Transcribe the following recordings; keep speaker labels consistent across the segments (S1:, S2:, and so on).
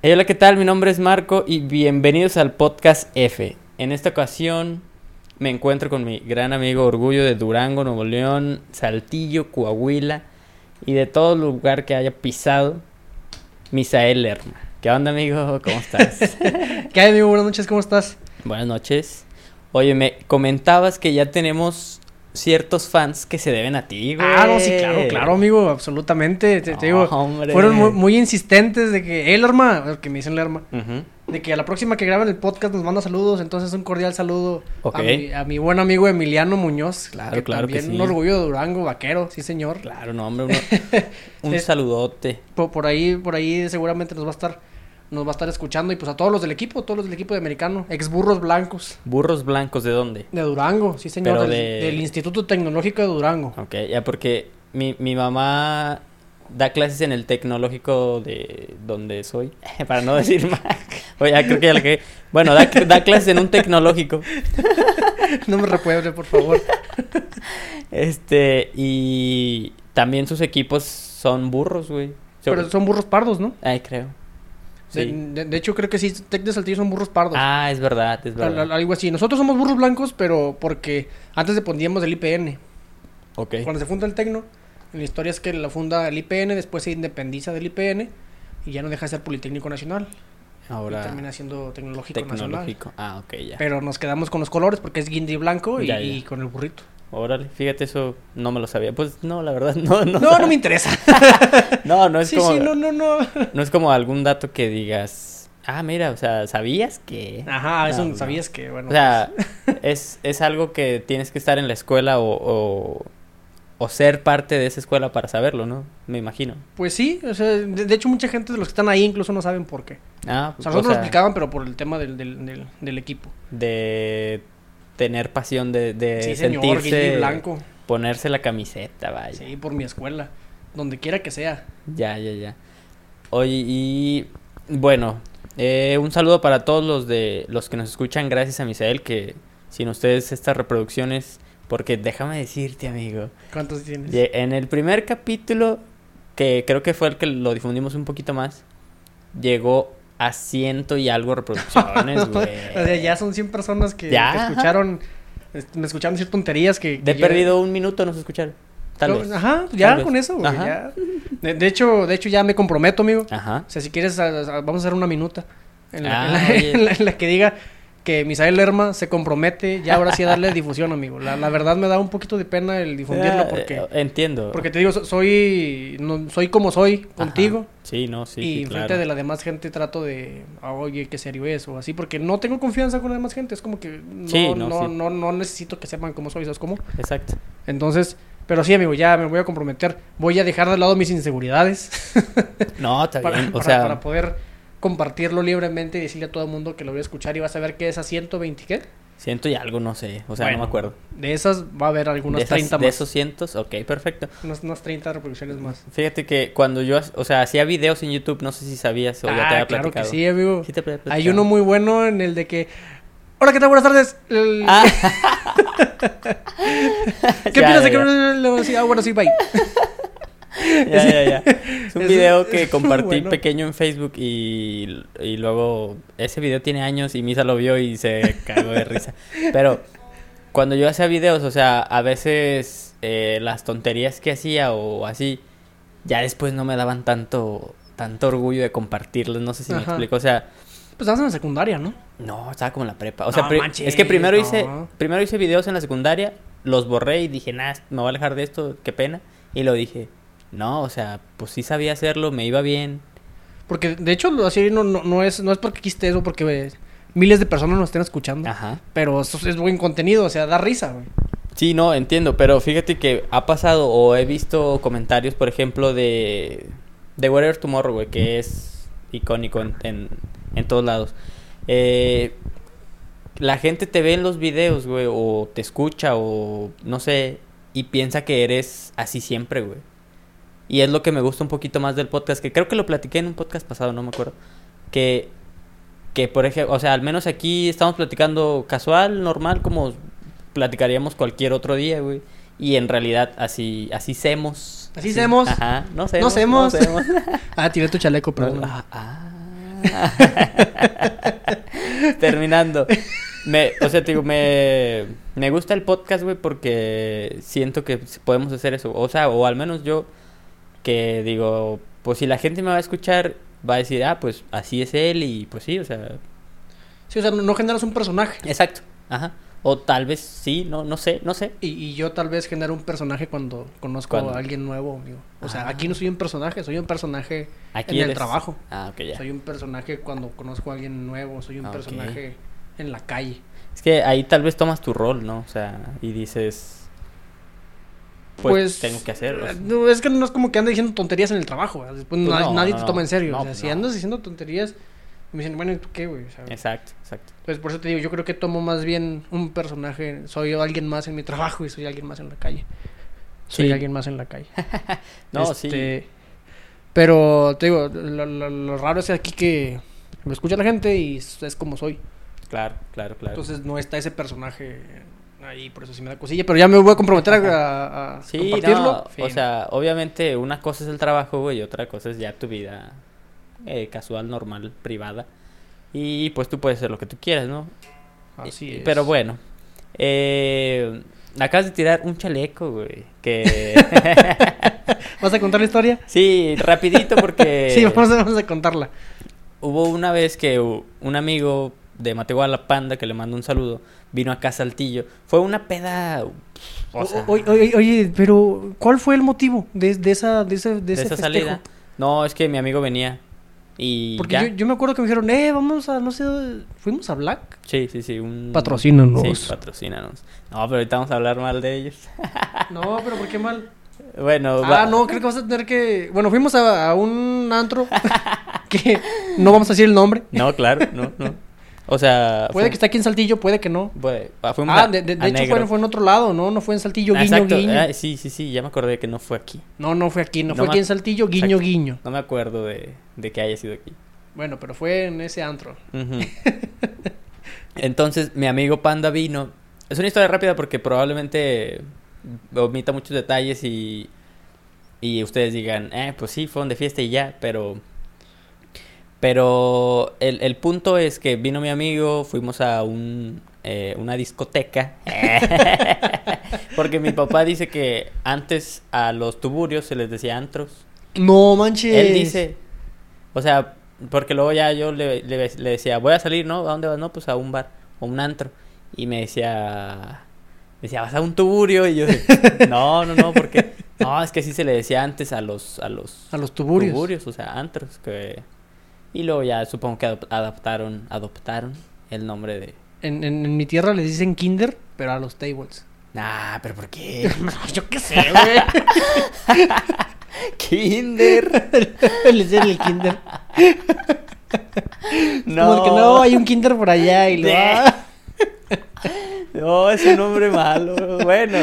S1: Hey, hola, ¿qué tal? Mi nombre es Marco y bienvenidos al podcast F. En esta ocasión me encuentro con mi gran amigo Orgullo de Durango, Nuevo León, Saltillo, Coahuila y de todo lugar que haya pisado, Misael Lerma. ¿Qué onda, amigo? ¿Cómo estás?
S2: ¿Qué hay, amigo? Buenas noches, ¿cómo estás?
S1: Buenas noches. Oye, me comentabas que ya tenemos ciertos fans que se deben a ti, güey.
S2: Ah, no, sí, claro, claro, amigo, absolutamente. Te, te digo,
S1: Eh. No, hombre.
S2: fueron muy, muy insistentes de que, eh, Lerma, que me dicen Lerma,
S1: Ujú.
S2: de que a la próxima que graben el podcast nos manda saludos, entonces un cordial saludo
S1: Ok.
S2: a, mi, a mi buen amigo Emiliano Muñoz.
S1: Claro, claro que
S2: también
S1: sí.
S2: Un orgullo de Durango, vaquero, sí, señor.
S1: Claro, no, hombre. uno- un
S2: Es-
S1: saludote.
S2: Por, por ahí, por ahí seguramente nos va a estar, nos va a estar escuchando y pues a todos los del equipo, todos los del equipo de americano, ex burros blancos.
S1: Burros blancos, ¿de dónde?
S2: De Durango, sí señor,
S1: Pero
S2: del,
S1: de- Ah.
S2: del Instituto Tecnológico de Durango.
S1: Ok, ya porque mi, mi mamá da clases en el tecnológico de donde soy, para no decir más. Oye, ya creo que ya la que... Bueno, da, da clases en un tecnológico.
S2: no me repueble, por favor.
S1: Este, y también sus equipos son burros, güey. So-
S2: Pero son burros pardos, ¿no?
S1: Ay, creo.
S2: De,
S1: Sí.
S2: de- de hecho, creo que sí, Tec de Saltillo son burros pardos.
S1: Ah, es verdad, es
S2: Al-
S1: verdad.
S2: al- algo así. Nosotros somos burros blancos, pero porque antes dependíamos del IPN.
S1: Ok.
S2: Cuando se funda el Tecno, la historia es que la funda el IPN, después se independiza del IPN y ya no deja de ser Politécnico Nacional. Y
S1: Ahora,
S2: termina siendo Tecnológico, Nacional.
S1: tecnológico. Ah, ok, ya.
S2: Pero nos quedamos con los colores porque es guindy blanco y,
S1: Ya, ya.
S2: y con el burrito.
S1: Órale, fíjate, eso no me lo sabía. Pues no, la verdad, no, no.
S2: No, no me interesa.
S1: No, no es
S2: sí,
S1: como...
S2: sí, no, no, no.
S1: No es como algún dato que digas, ah, mira, o sea, ¿sabías que?
S2: Ajá, eso
S1: No, no.
S2: sabías que, bueno.
S1: O sea, es, es algo que tienes que estar en la escuela o, o, o ser parte de esa escuela para saberlo, ¿no? Me imagino.
S2: Pues sí, o sea, de, de hecho mucha gente de los que están ahí incluso no saben por qué.
S1: Ah,
S2: O sea, nosotros
S1: o sea,
S2: lo explicaban, pero por el tema del, del, del, del equipo.
S1: de tener pasión, de, de
S2: sí, señor,
S1: Eh, sentirse,
S2: Guille Blanco.
S1: ponerse la camiseta, vaya.
S2: Sí, por mi escuela. Donde quiera que sea.
S1: Ya, ya, ya. Oye, y bueno, eh, un saludo para todos los de los que nos escuchan. Gracias a Misael, que sin ustedes estas reproducciones, porque déjame decirte, amigo,
S2: ¿Cuántos tienes?
S1: ye- en el primer capítulo, que creo que fue el que lo difundimos un poquito más, llegó a ciento y algo reproducciones,
S2: o
S1: güey.
S2: sea, ya son 100 personas que,
S1: Ya.
S2: que escucharon. este, Me escucharon decir tonterías que. que
S1: De
S2: yo-
S1: perdido un minuto nos escucharon. Tal
S2: Yo-
S1: vez.
S2: Ajá, ya
S1: Tal vez.
S2: con eso, güey,
S1: Ajá. Ah.
S2: ya. De, de hecho, de hecho, ya me comprometo, amigo.
S1: Ajá.
S2: O sea, si quieres, a- a- vamos a hacer una minuta. En la, en
S1: Ah,
S2: la-
S1: oye.
S2: en la- en la que diga que Misael Lerma se compromete ya ahora sí a darle difusión, amigo. La, la verdad me da un poquito de pena el difundirlo
S1: Ah,
S2: porque.
S1: eh, Entiendo.
S2: Porque te digo, so- soy, no, soy como soy
S1: Ajá.
S2: contigo
S1: Sí, no, sí.
S2: y
S1: sí,
S2: enfrente
S1: claro.
S2: de la demás gente trato de, "Ah, oye, qué serio es o así, porque no tengo confianza con la demás gente, es como que no,
S1: Sí, no,
S2: no,
S1: sí.
S2: no- no necesito que sepan cómo soy, ¿sabes cómo?
S1: Exacto.
S2: Entonces, pero sí, amigo, ya me voy a comprometer, voy a dejar de lado mis inseguridades
S1: No, está
S2: para,
S1: bien. O
S2: para-
S1: sea,
S2: para poder compartirlo libremente y decirle a todo el mundo que lo voy a escuchar y vas a ver que de esas 120, ¿qué?
S1: Ciento y algo, no sé. O sea,
S2: Bueno,
S1: no me acuerdo.
S2: De esas va a haber algunas
S1: de, esas-
S2: 30
S1: de
S2: más,
S1: esos cientos, ok, perfecto.
S2: unas, unas 30 reproducciones más.
S1: Fíjate que cuando yo, ha- o sea, hacía videos en YouTube, no sé si sabías o ya te
S2: Ah,
S1: había
S2: claro que
S1: platicado.
S2: sí, amigo.
S1: Sí te había
S2: Hay
S1: platicado.
S2: uno muy bueno en el de que. Hola, ¿qué tal? Buenas tardes. El-
S1: Ah.
S2: ¿Qué
S1: Ya,
S2: opinas
S1: ya,
S2: de que.?
S1: ya.
S2: Le voy a decir, ah, bueno, sí, bye.
S1: Ya, ya, ya. Es un
S2: Es-
S1: video que
S2: es muy
S1: compartí
S2: bueno.
S1: pequeño en Facebook y, y luego ese video tiene años y Misa lo vio y se cagó de risa. Pero cuando yo hacía videos, o sea, a veces eh, las tonterías que hacía o así, ya después no me daban tanto tanto orgullo de compartirlas, no sé si me
S2: Ajá.
S1: explico, o sea,
S2: Pues estabas en la secundaria, ¿no?
S1: no, estaba como en la prepa, o sea,
S2: No
S1: pri-
S2: manches,
S1: es que primero hice
S2: no.
S1: primero hice videos en la secundaria, los borré y dije, "Nah, me voy a alejar de esto, qué pena." Y lo dije, "No, o sea, pues sí sabía hacerlo, me iba bien."
S2: Porque de hecho, lo- así no, no, no, es, no es porque quiste eso, porque eh, miles de personas nos estén escuchando.
S1: Ajá.
S2: Pero eso es buen contenido, o sea, da risa, güey.
S1: Sí, no, entiendo, pero fíjate que ha pasado o he visto comentarios, por ejemplo, de, de Whatever Tomorrow, güey, que es icónico en, en, en todos lados. Eh, la gente te ve en los videos, güey, o te escucha, o no sé, y piensa que eres así siempre, güey. Y es lo que me gusta un poquito más del podcast, que creo que lo platiqué en un podcast pasado, no me acuerdo. Que, que por ejemplo, o sea, al menos aquí estamos platicando casual, normal, como platicaríamos cualquier otro día, güey. Y en realidad así, así semos.
S2: Así semos.
S1: Ajá, no semos.
S2: semos.
S1: semos.
S2: Ah, tiré tu chaleco, perdón.
S1: Ah, ah. Terminando. Me, o sea, te digo, me, me gusta el podcast, güey, porque siento que podemos hacer eso. O sea, o al menos yo que digo, pues si la gente me va a escuchar, va a decir, ah, pues así es él y pues sí, o sea,
S2: Sí, o sea, no, no generas un personaje.
S1: exacto. Ajá. O tal vez sí, no, no sé, no sé.
S2: Y, y yo tal vez genero un personaje cuando conozco
S1: Cuando-
S2: a alguien nuevo. Amigo. O sea,
S1: Ah.
S2: aquí no soy un personaje, soy un personaje
S1: Aquí
S2: en el
S1: eres-
S2: trabajo.
S1: Ah, ok, ya.
S2: Soy un personaje cuando conozco a alguien nuevo, soy un
S1: Ah, ok.
S2: personaje en la calle.
S1: Es que ahí tal vez tomas tu rol, ¿no? O sea, y dices, pues, tengo que hacerlo.
S2: eh, no, es que no es como que ande diciendo tonterías en el trabajo. ¿verdad? Después
S1: Pues
S2: na-
S1: no,
S2: nadie
S1: no,
S2: te
S1: no.
S2: toma en serio.
S1: No,
S2: o sea, si
S1: no.
S2: andas diciendo tonterías, me dicen, bueno, ¿y tú qué, güey? O sea,
S1: Exacto, exacto.
S2: Entonces, por eso te digo, yo creo que tomo más bien un personaje. Soy alguien más en mi trabajo y soy alguien más en la calle. Soy
S1: Sí.
S2: alguien más en la calle.
S1: No, sí.
S2: Este, Pero te digo, lo, lo- lo raro es aquí que me escucha la gente y es es como soy.
S1: Claro, claro, claro.
S2: Entonces no está ese personaje ahí, por eso sí me da cosilla. Pero ya me voy a comprometer a, a
S1: sí,
S2: compartirlo.
S1: no, o
S2: Fin.
S1: sea, obviamente una cosa es el trabajo, güey, y otra cosa es ya tu vida eh, casual, normal, privada. Y pues tú puedes hacer lo que tú quieras, ¿no?
S2: Así
S1: Y-
S2: es.
S1: Eh, Pero bueno, eh, acabas de tirar un chaleco, güey, que...
S2: ¿Vas a contar la historia?
S1: sí, rapidito porque...
S2: Sí, vamos a, vamos a contarla.
S1: Hubo una vez que u- un amigo de Matehuala Panda, que le mando un saludo, vino acá a Saltillo. Fue una peda. o
S2: O-
S1: sea,
S2: oye, oye, oye, pero ¿cuál fue el motivo de, de esa, de, ese, de
S1: de
S2: ese
S1: esa
S2: festejo?
S1: salida. No, es que mi amigo venía. Y
S2: Porque
S1: ya.
S2: yo, yo me acuerdo que me dijeron, eh, vamos a, no sé, fuimos a Black.
S1: Sí, sí, sí. Un...
S2: Patrocínanos.
S1: Sí, patrocínanos. No, pero ahorita vamos a hablar mal de ellos.
S2: No, pero ¿por qué mal?
S1: Bueno,
S2: Ah, no, creo que vas a tener que. Bueno, fuimos a, a un antro que no vamos a decir el nombre.
S1: No, claro, no, no. O sea.
S2: Puede
S1: fue-
S2: que esté aquí en Saltillo, puede que no.
S1: fue- ah, fuimos
S2: Ah,
S1: a-
S2: de, de- de
S1: a
S2: hecho
S1: Negro.
S2: fue, fue en otro lado, ¿no? No fue en Saltillo, guiño,
S1: Exacto,
S2: guiño.
S1: ah, sí, sí, sí. Ya me acordé que no fue aquí.
S2: No, no fue aquí, no,
S1: No
S2: fue
S1: me-
S2: aquí en Saltillo, guiño,
S1: Exacto.
S2: guiño.
S1: No me acuerdo de, de que haya sido aquí.
S2: Bueno, pero fue en ese antro.
S1: Ujú. Entonces, mi amigo Panda vino. Es una historia rápida porque probablemente omita muchos detalles y, y ustedes digan, eh, pues sí, fueron de fiesta y ya, pero. Pero el, el punto es que vino mi amigo, fuimos a un, eh, una discoteca. porque mi papá dice que antes a los tuburios se les decía antros.
S2: No manches.
S1: Él dice, o sea, porque luego ya yo le, le- le decía, voy a salir, ¿no? ¿A dónde vas? No, pues a un bar, o un antro. Y me decía, me decía, vas a un tuburio. Y yo, de, no, no, no, porque, no, es que sí se le decía antes a los, a los
S2: A los tuburios.
S1: tuburios, o sea, antros. que Y luego ya supongo que adop- adaptaron, adoptaron el nombre de...
S2: En, en- en mi tierra les dicen kinder, pero a los tables.
S1: Ah, pero ¿por qué?
S2: Yo qué
S1: Eh,
S2: sé, güey.
S1: Kinder.
S2: les dicen el kinder.
S1: No, Eh.
S2: No. Como el que no, hay un kinder por allá y lo.
S1: Sí.
S2: Ah.
S1: no, es un nombre malo. Bueno.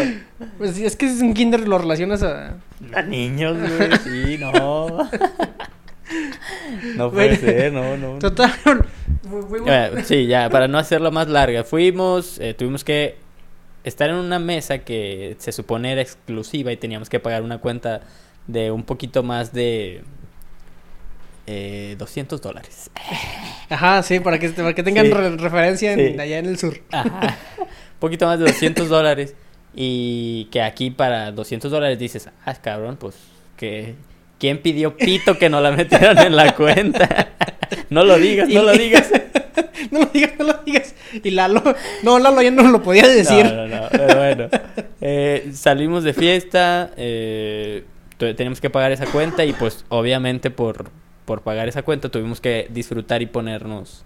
S2: Pues sí, es que es un kinder, lo relacionas a.
S1: A niños, güey, sí, no. No puede
S2: Bueno.
S1: ser, no, no. no.
S2: Total. fue- fue-
S1: Eh, sí, ya, para no hacerlo más larga. Fuimos, eh, tuvimos que estar en una mesa que se supone era exclusiva y teníamos que pagar una cuenta de un poquito más de eh, 200 dólares.
S2: Ajá, sí, para que, para que tengan
S1: Sí.
S2: re- referencia en-
S1: Sí.
S2: allá en el sur.
S1: Ajá. Un poquito más de 200 dólares. Y que aquí para 200 dólares dices, ah, cabrón, pues que... ¿Quién pidió pito que no la metieron en la cuenta? No lo digas, no lo digas.
S2: No lo digas, no lo digas. Y Lalo, no, Lalo ya no lo podía decir.
S1: No, no, no, pero bueno. Eh, salimos de fiesta, eh, tu- teníamos que pagar esa cuenta y pues obviamente por, por pagar esa cuenta tuvimos que disfrutar y ponernos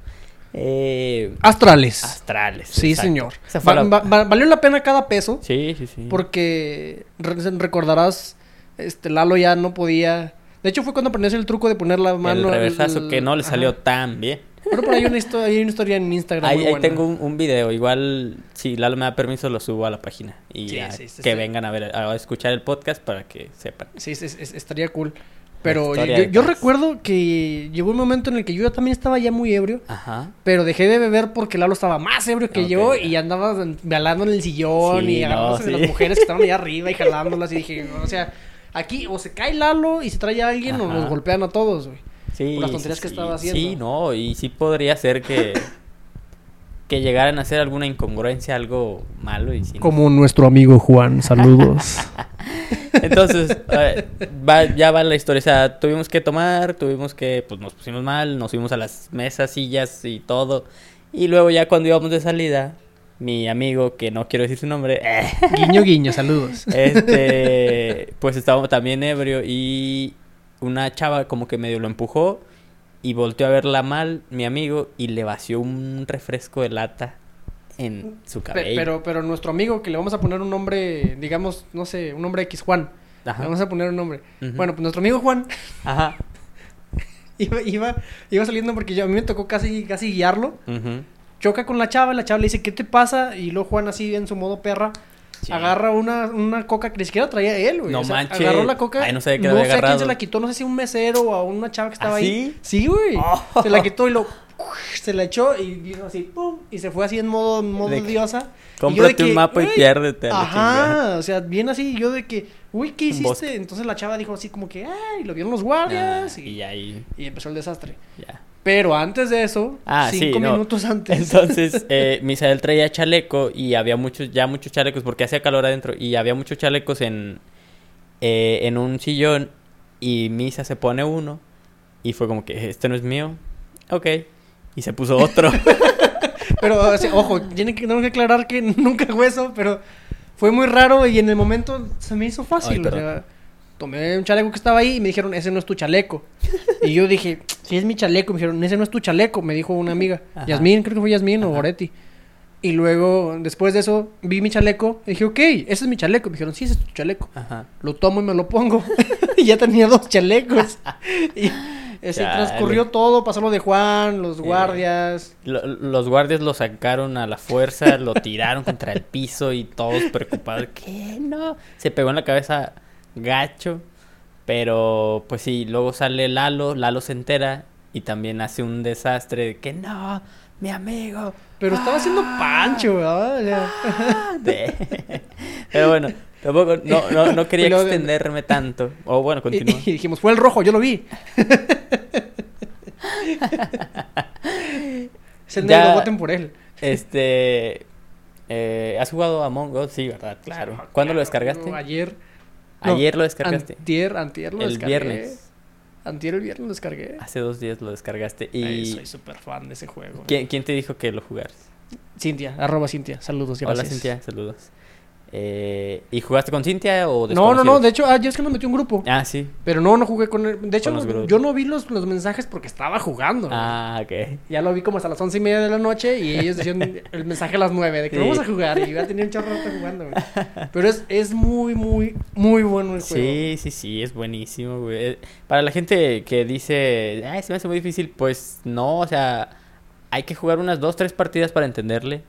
S1: eh,
S2: Astrales.
S1: astrales.
S2: Ah, sí,
S1: exacto.
S2: señor.
S1: Esa fue
S2: Va-
S1: la-
S2: va- va- valió la pena cada peso
S1: Sí, sí, sí.
S2: porque re- recordarás, este, Lalo ya no podía. De hecho, fue cuando aprendió el truco de poner la mano.
S1: el reversazo
S2: el-
S1: que no le
S2: ajá.
S1: salió tan bien.
S2: Pero por ahí hay una historia, hay una historia en Instagram.
S1: Ahí,
S2: muy
S1: ahí
S2: buena.
S1: tengo un, un video, igual si Lalo me da permiso lo subo a la página y
S2: Sí,
S1: ya
S2: sí, sí,
S1: que
S2: sí.
S1: vengan a ver a escuchar el podcast para que sepan.
S2: Sí, es- es- es- estaría cool. Pero yo,
S1: historia
S2: yo-
S1: de
S2: yo
S1: Cats.
S2: recuerdo que llegó un momento en el que yo ya también estaba ya muy ebrio.
S1: Ajá.
S2: Pero dejé de beber porque Lalo estaba más ebrio que
S1: Ok,
S2: yo
S1: ya.
S2: y andaba balando en el sillón
S1: Sí,
S2: y
S1: no,
S2: agarrándose de
S1: sí.
S2: las mujeres que estaban allá arriba y jalándolas. Y dije, o sea, aquí o se cae Lalo y se trae a alguien o
S1: Ajá.
S2: nos golpean a todos, güey.
S1: Sí,
S2: por las tonterías
S1: sí,
S2: que
S1: sí,
S2: estaba haciendo.
S1: Sí, no, y sí podría ser que, que llegaran a hacer alguna incongruencia, algo malo. Y sí, no.
S3: Como nuestro amigo Juan, saludos.
S1: Entonces, eh, va- ya va la historia. O sea, tuvimos que tomar, tuvimos que, pues nos pusimos mal, nos fuimos a las mesas, sillas y todo. Y luego ya cuando íbamos de salida, mi amigo, que no quiero decir su nombre,
S3: guiño, guiño, saludos.
S1: este, pues estábamos también ebrio y una chava como que medio lo empujó y volteó a verla mal, mi amigo, y le vació un refresco de lata en su
S2: Pe-
S1: cabello.
S2: Pero, pero nuestro amigo, que le vamos a poner un nombre, digamos, no sé, un nombre X, Juan.
S1: Ajá,
S2: Le vamos a poner un nombre.
S1: Ujú.
S2: Bueno, pues nuestro amigo Juan
S1: ajá,
S2: iba, iba, iba saliendo porque yo, a mí me tocó casi, casi guiarlo.
S1: ujú,
S2: Choca con la chava, la chava le dice, ¿qué te pasa? Y luego Juan así en su modo perra.
S1: sí.
S2: Agarra una, una coca que ni siquiera traía él, güey.
S1: No
S2: O sea,
S1: manches.
S2: Agarró la coca.
S1: Ay, no sabía que la
S2: no
S1: había
S2: sé a quién
S1: agarrado.
S2: se la quitó, no sé si un mesero o a una chava que estaba
S1: ¿Ah,
S2: ahí.
S1: sí?
S2: Sí, güey.
S1: Oh.
S2: Se la quitó y lo. Se la echó y vino así, pum. Y se fue así en modo, en modo
S1: De que-
S2: diosa. Y yo de
S1: Cómprate
S2: que,
S1: un mapa y
S2: güey,
S1: piérdete. a la chingada.
S2: Ajá, o sea, bien así, yo de que, uy, ¿qué hiciste?
S1: bosque.
S2: Entonces la chava dijo así como que, ay, lo vieron los
S1: Ah,
S2: guardias
S1: y
S2: y,
S1: ahí,
S2: y empezó el desastre.
S1: ya.
S2: Pero antes de eso,
S1: Ah, sí,
S2: cinco
S1: no.
S2: minutos antes,
S1: Entonces, eh, Misael traía chaleco y había muchos, ya muchos chalecos, porque hacía calor adentro, y había muchos chalecos en, eh, en un sillón, y Misa se pone uno, y fue como que, este no es mío, ok, y se puso otro.
S2: pero o sea, ojo, tiene que, tengo que aclarar que nunca hago eso, pero fue muy raro y en el momento se me hizo
S1: Ay,
S2: fácil. o
S1: perdón.
S2: sea, tomé un chaleco que estaba ahí y me dijeron, ese no es tu chaleco. Y yo dije, sí es mi chaleco, me dijeron, ese no es tu chaleco, me dijo una amiga,
S1: Ajá.
S2: Yasmín, creo que fue Yasmín o
S1: Ajá.
S2: Goretti. Y luego, después de eso, vi mi chaleco. Y dije, ok, ese es mi chaleco. Me dijeron, sí, ese es tu chaleco.
S1: Ajá.
S2: Lo tomo y me lo pongo. y ya tenía dos chalecos. y así
S1: Chale.
S2: transcurrió todo. Pasó lo de Juan, los guardias.
S1: Lo- los guardias lo sacaron a la fuerza, lo tiraron contra el piso y todos preocupados. ¿Qué? No. Se pegó en la cabeza gacho. Pero pues sí, luego sale Lalo, Lalo se entera y también hace un desastre de que no, mi amigo.
S2: Pero estaba haciendo pancho, ¿verdad? O sea,
S1: ah, de-". Pero bueno, tampoco, no, no, no quería
S2: Y luego-
S1: extenderme tanto. O bueno,
S2: y,
S1: continúa.
S2: y dijimos, fue el rojo, yo lo vi. Es el
S1: Ya.
S2: negro, voten por él.
S1: Este, eh, ¿has jugado Among Us? Sí, ¿verdad? Claro. ¿Cuándo lo descargaste?
S2: Ayer. no,
S1: Ayer lo descargaste.
S2: Antier, antier lo
S1: el
S2: descargué.
S1: viernes.
S2: Antier el viernes lo descargué.
S1: Hace dos días lo descargaste. ¿Y
S2: Ay, soy súper fan de ese juego. eh.
S1: ¿quién, quién te dijo que lo jugaras?
S2: Cintia, arroba Cintia. Saludos, gracias.
S1: Hola Cintia, saludos. Eh, ¿Y jugaste con Cintia o
S2: No, no, no.
S1: desconocidos?
S2: De hecho, ah, yo es que me metí un grupo.
S1: Ah, sí.
S2: Pero no, no jugué con él. De hecho,
S1: Con los
S2: no-
S1: grupos.
S2: yo no vi los, los mensajes porque estaba jugando. güey.
S1: Ah, ok.
S2: Ya lo vi como hasta las once y media de la noche y ellos decían el mensaje a las nueve de que
S1: Sí.
S2: vamos a jugar y iba a tener un chorro de rato jugando. güey. Pero es, es muy, muy, muy bueno el juego.
S1: Sí, sí, sí, es buenísimo, güey. Eh, Para la gente que dice, ay, se me hace muy difícil, pues no, o sea, hay que jugar unas dos, tres partidas para entenderle.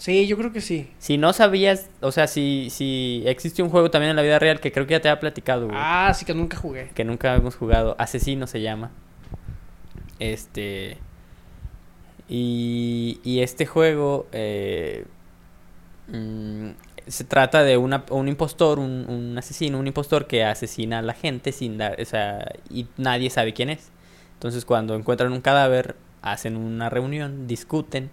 S2: Sí, yo creo que sí.
S1: Si no sabías, o sea, si, si existe un juego también en la vida real que creo que ya te había platicado, güey.
S2: Ah, sí que nunca jugué.
S1: que nunca hemos jugado. Asesino se llama. Este. Y, y este juego eh, mm, se trata de una- un impostor, un, un asesino, un impostor que asesina a la gente sin dar, o sea, y nadie sabe quién es. Entonces cuando encuentran un cadáver, hacen una reunión, discuten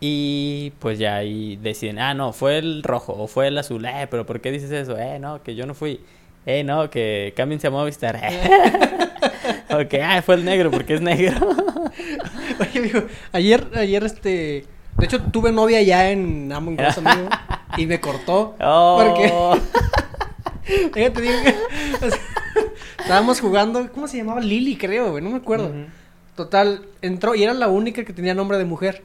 S1: y pues ya ahí deciden, ah, no, fue el rojo o fue el azul, eh, pero ¿por qué dices eso? Eh, no, que yo no fui. Eh, no, que cámbiense a Movistar. eh, o que, ah, fue el negro porque es negro.
S2: Oye, amigo, ayer, ayer este. De hecho, tuve novia ya en Among Us, amigo, y me cortó.
S1: Oh,
S2: Oiga, te digo que- o sea, estábamos jugando, ¿cómo se llamaba? Lily, creo, güey, no me acuerdo.
S1: Ujú.
S2: Total, entró y era la única que tenía nombre de mujer.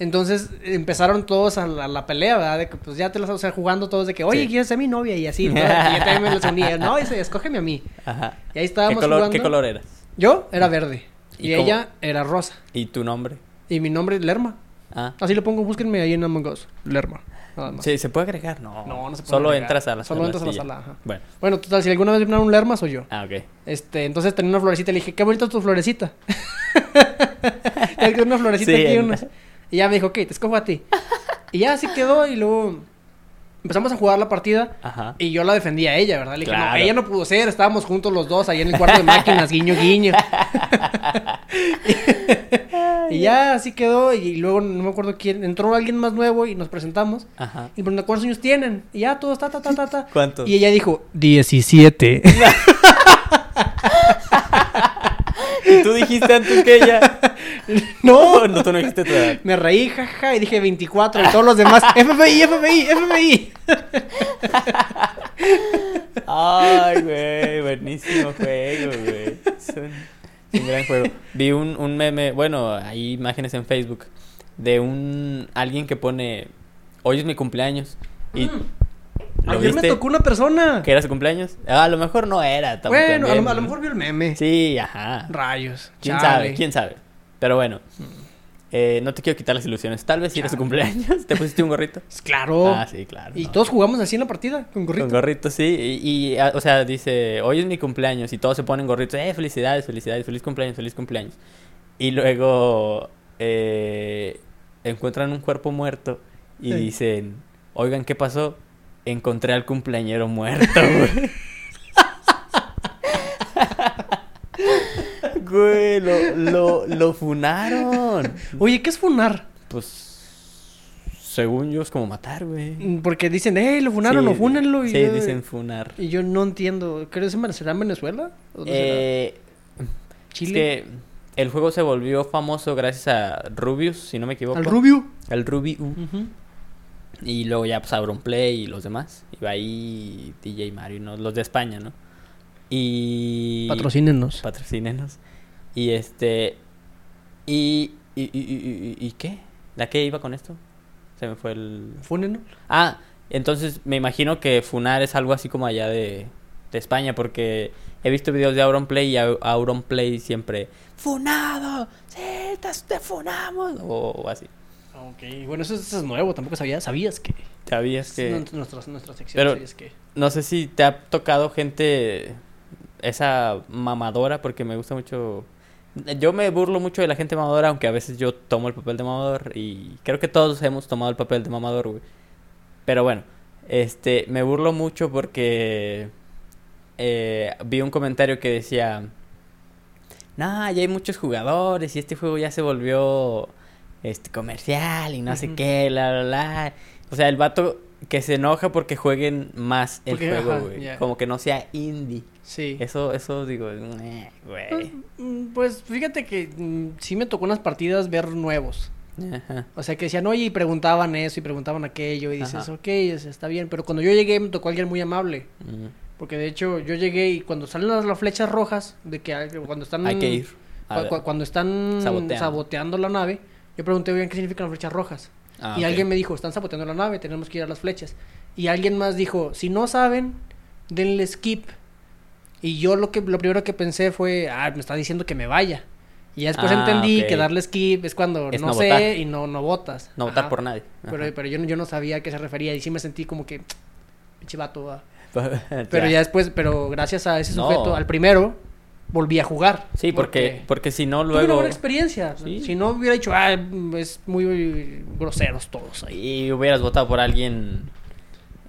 S2: Entonces empezaron todos a la, a la pelea, ¿verdad? De que pues ya te las, o sea, jugando todos de que, oye,
S1: Sí.
S2: ¿quieres ser mi novia? Y así, ¿no? Y yo también me las unía, no, dice, escógeme a mí.
S1: Ajá.
S2: Y
S1: ¿Qué
S2: ahí estábamos
S1: color,
S2: jugando.
S1: ¿Qué color eras?
S2: Yo era verde y,
S1: ¿Y cómo?
S2: ella era rosa.
S1: ¿Y tu nombre?
S2: Y mi nombre es Lerma.
S1: Ah.
S2: Así lo pongo, búsquenme ahí en Among Us. Lerma, nada más.
S1: Sí, ¿Se puede agregar? No.
S2: No, no se puede
S1: Solo
S2: agregar.
S1: entras a la
S2: Solo
S1: sala.
S2: entras a la
S1: sí, ya.
S2: sala, ajá.
S1: Bueno.
S2: Bueno, total, si alguna vez me un Lerma, soy yo.
S1: Ah, ok.
S2: Este, entonces tenía una florecita y le dije, qué bonita tu florecita. Es que una florecita
S1: Sí,
S2: aquí,
S1: en-
S2: una- Y ya me dijo, ok, te escojo a ti. Y ya así quedó y luego Empezamos a jugar la partida
S1: Ajá.
S2: y yo la defendía a ella, ¿verdad? Le dije,
S1: Claro.
S2: no, ella no pudo ser, estábamos juntos los dos ahí en el cuarto de máquinas, guiño, guiño. y ya así quedó y luego no me acuerdo quién, entró alguien más nuevo y nos presentamos.
S1: Ajá.
S2: Y preguntó cuántos años tienen. Y ya todos, ta, ta, ta, ta, ta.
S1: ¿Cuántos?
S2: Y ella dijo,
S3: 17.
S1: Y tú dijiste antes que ella. No, no, tú no dijiste tu edad.
S2: me reí, jaja, y dije 24 y todos los demás, FBI, FBI, FBI.
S1: Ay, güey, buenísimo juego, güey. Es un, es un gran juego. Vi un, un meme, bueno, hay imágenes en Facebook de un alguien que pone hoy es mi cumpleaños y ¿lo
S2: Mm. Ayer me
S1: viste?
S2: tocó una persona.
S1: que era su cumpleaños. Ah, a lo mejor no era. tampoco
S2: Bueno, a lo,
S1: también.
S2: a lo mejor vio el meme.
S1: Sí, ajá.
S2: Rayos.
S1: ¿Quién
S2: chale. Mm.
S1: sabe? ¿Quién sabe? Pero bueno, eh, no te quiero quitar las ilusiones. Tal vez si era su cumpleaños. ¿Te pusiste un gorrito?
S2: Pues Claro.
S1: Ah, sí, claro.
S2: Oh. Y
S1: no.
S2: todos jugamos así en la partida, con gorrito.
S1: Con gorrito, sí. Y, y, ah, o sea, dice, hoy es mi cumpleaños y todos se ponen gorritos. Eh, felicidades, felicidades, feliz cumpleaños, feliz cumpleaños. Y luego eh, encuentran un cuerpo muerto y
S2: Sí.
S1: dicen, oigan, ¿qué pasó? Encontré al cumpleañero muerto, güey. Güey, lo, lo, lo funaron.
S2: Oye, ¿qué es funar?
S1: Pues, según yo, es como matar, güey.
S2: Mm, Porque dicen, hey, lo funaron
S1: Sí,
S2: o fúnenlo. Y
S1: Sí,
S2: yo,
S1: dicen funar.
S2: Y yo no entiendo. ¿Creo que se- será en Venezuela? ¿O no será?
S1: Eh,
S2: ¿Chile?
S1: Es que el juego se volvió famoso gracias a Rubius, si no me equivoco.
S2: ¿Al Rubio?
S1: Al Rubi- uh. Y luego ya pues Play y los demás. Y va ahí DJ Mario, ¿no? los de España, ¿no? Y...
S2: Patrocínenos.
S1: Patrocínenos. Y este... Y... Y, y- y- y- y qué? ¿La qué iba con esto? Se me fue el...
S2: Fúnenos.
S1: Ah, entonces me imagino que funar es algo así como allá de, de España, porque he visto videos de Auronplay y Au- Auronplay siempre, ¡Funado! ¡Sí, te, te funamos! O, o así.
S2: Ok, bueno, eso, es- eso es nuevo, tampoco sabía. ¿Sabías que?
S1: ¿Sabías
S2: Es
S1: que...?
S2: nu- nuestra, nuestra sección,
S1: Pero-
S2: ¿sabías que?
S1: No sé si te ha tocado gente, esa mamadora, porque me gusta mucho... Yo me burlo mucho de la gente mamadora, aunque a veces yo tomo el papel de mamador y creo que todos hemos tomado el papel de mamador, güey. Pero bueno, este, me burlo mucho porque eh, vi un comentario que decía, nah, ya hay muchos jugadores y este juego ya se volvió este comercial y no sé
S2: Ujú.
S1: qué, la, la, la. O sea, el vato que se enoja porque jueguen más el
S2: Porque,
S1: juego,
S2: ajá,
S1: güey.
S2: ya.
S1: Como que no sea indie.
S2: Sí.
S1: Eso, eso digo, "Meh, güey.
S2: Mm, Pues fíjate que mm, sí me tocó unas partidas ver nuevos.
S1: Ajá.
S2: O sea, que decían, oye, y preguntaban eso y preguntaban aquello. Y dices,
S1: Ajá.
S2: ok, es- está bien. Pero cuando yo llegué me tocó alguien muy amable.
S1: Mm.
S2: Porque de hecho yo llegué y cuando salen las, las flechas rojas, de que hay- cuando están...
S1: Hay que ir. a
S2: cua-
S1: ver.
S2: cua- cuando están
S1: Saboteando.
S2: saboteando la nave, yo pregunté, oigan, ¿qué significan las flechas rojas?
S1: Ah,
S2: y
S1: ok.
S2: alguien me dijo, están saboteando la nave, tenemos que ir a las flechas. Y alguien más dijo, si no saben, denle skip. Y yo lo que lo primero que pensé fue, ah, me está diciendo que me vaya. Y ya después
S1: Ah,
S2: entendí
S1: ok.
S2: que darle skip es cuando
S1: Es
S2: no,
S1: no
S2: sé
S1: votar.
S2: y no, no votas.
S1: No votar
S2: Ajá.
S1: por nadie. Ajá.
S2: Pero, pero yo, no- yo no sabía a qué se refería y sí me sentí como que, pinche vato, va. Pero ya después, pero gracias a ese
S1: No.
S2: sujeto, al primero, volví a jugar.
S1: Sí, porque, porque si no,
S2: tuve una
S1: luego.
S2: buena experiencia.
S1: Sí.
S2: Si no hubiera dicho, ah, es muy groseros todos ahí.
S1: Y hubieras votado por alguien.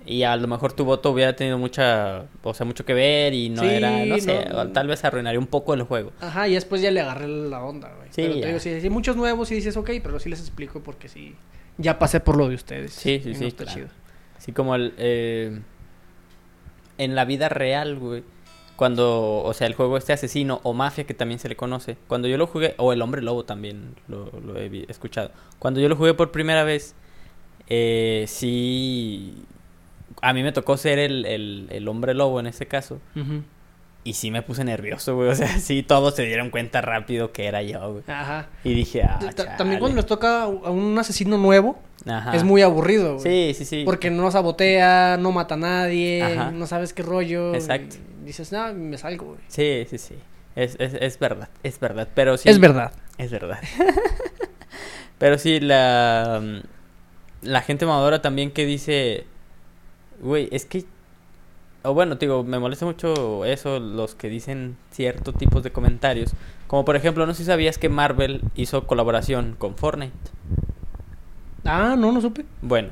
S1: Y a lo mejor tu voto hubiera tenido mucha. O sea, mucho que ver y no
S2: Sí,
S1: era. No sé,
S2: no.
S1: tal vez arruinaría un poco el juego.
S2: Ajá, y después ya le agarré la onda, güey.
S1: Sí,
S2: pero te
S1: ya.
S2: digo, sí, sí, muchos nuevos y dices, ok, pero sí les explico porque sí, ya pasé por lo de ustedes.
S1: Sí, sí,
S2: Y
S1: sí,
S2: está
S1: claro.
S2: chido.
S1: Así como el. eh, en la vida real, güey. Cuando, o sea, el juego este asesino o mafia que también se le conoce. Cuando yo lo jugué, o el hombre lobo también lo, lo he vi- escuchado. Cuando yo lo jugué por primera vez, eh, sí. A mí me tocó ser el, el, el hombre lobo en ese caso. Y sí me puse nervioso, güey. O sea, sí todos se dieron cuenta rápido que era yo, güey.
S2: Ajá.
S1: Y dije, ah,
S2: Ta-
S1: chale.
S2: También cuando les toca a un asesino nuevo,
S1: Ajá.
S2: es muy aburrido, güey.
S1: Sí, sí, sí.
S2: Porque no sabotea, no mata a nadie,
S1: Ajá.
S2: no sabes qué rollo.
S1: Exacto.
S2: y dices, no, me salgo, güey.
S1: Sí, sí, sí. Es, es, es verdad, es verdad. Pero sí.
S2: Es verdad.
S1: Es verdad. Pero sí, la. mm, La gente mamadora también que dice. Güey, es que. O bueno, te digo, me molesta mucho eso, los que dicen cierto tipos de comentarios. Como por ejemplo, no sé si sabías que Marvel hizo colaboración con Fortnite.
S2: Ah, no, no supe.
S1: Bueno,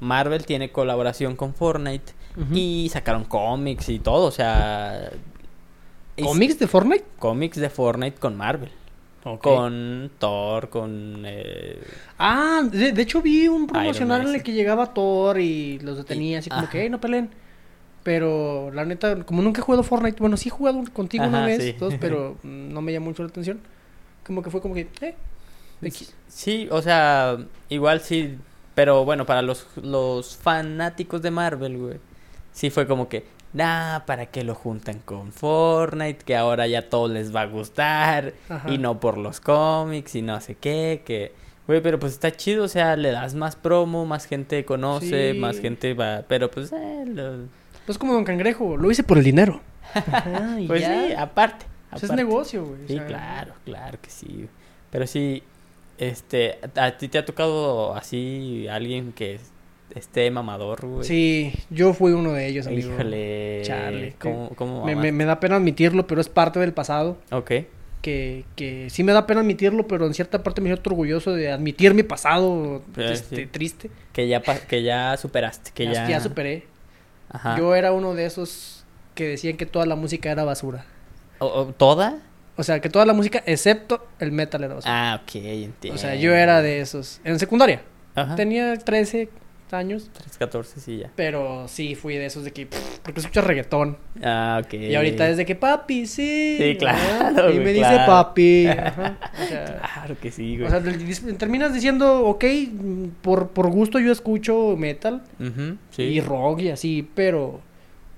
S1: Marvel tiene colaboración con Fortnite
S2: Ujú.
S1: y sacaron cómics y todo, o sea... es-
S2: ¿Cómics de Fortnite?
S1: Cómics de Fortnite con Marvel. Con Thor, con... eh,
S2: Ah, de, de hecho vi un promocional
S1: Iron Man,
S2: en el
S1: sí.
S2: que llegaba Thor y los detenía, así como
S1: ajá.
S2: que, "Ey, no peleen. Pero la neta, como nunca he jugado Fortnite, bueno, sí he jugado un- contigo una
S1: Ajá,
S2: vez,
S1: sí.
S2: dos, pero mm, no me llamó mucho la atención. Como que fue como que, eh, X.
S1: Sí, o sea, igual sí, pero bueno, para los, los fanáticos de Marvel, güey, sí fue como que, nah, ¿para qué lo juntan con Fortnite? Que ahora ya todo les va a gustar,
S2: Ajá.
S1: y no por los cómics, y no sé qué, que... Güey, pero pues está chido, o sea, le das más promo, más gente conoce,
S2: Sí.
S1: más gente va... Pero pues, eh, lo-
S2: No es Pues como Don Cangrejo, lo hice por el dinero. Ajá, y
S1: pues
S2: ya.
S1: sí, aparte.
S2: Pues es
S1: aparte.
S2: negocio, güey. o
S1: Sí,
S2: sea,
S1: claro, claro que sí. Pero sí, este, a ti te ha tocado así alguien que es- esté mamador, güey.
S2: Sí, yo fui uno de ellos, amigo.
S1: Híjole.
S2: Chale.
S1: ¿Cómo, cómo
S2: Me, me-
S1: mamaste?
S2: me da pena admitirlo, pero es parte del pasado.
S1: Ok.
S2: que, que sí me da pena admitirlo, pero en cierta parte me siento orgulloso de admitir mi pasado
S1: Sí,
S2: este,
S1: Pues, sí.
S2: triste,
S1: Que ya, pa- que ya superaste, que
S2: que
S1: ya... Ah.
S2: ya, superé.
S1: Ajá.
S2: Yo era uno de esos que decían que toda la música era basura.
S1: O- o- ¿Toda?
S2: O sea, que toda la música, excepto el metal, era basura.
S1: Ah, Ah. ok, entiendo.
S2: o sea, yo era de esos. En secundaria,
S1: Ajá.
S2: tenía 13 años,
S1: 3, 14, sí, ya.
S2: pero sí fui de esos de que, pff, porque escucho reggaetón.
S1: Ah, ok.
S2: Y ahorita es de que, papi, sí.
S1: Sí,
S2: ¿verdad?
S1: claro,
S2: Y me
S1: güey,
S2: dice
S1: claro.
S2: papi. ajá. O sea,
S1: Claro que sí, güey.
S2: O sea, te- terminas diciendo, ok, mm, por, por gusto yo escucho metal
S1: Ujú, sí.
S2: y rock y así, pero,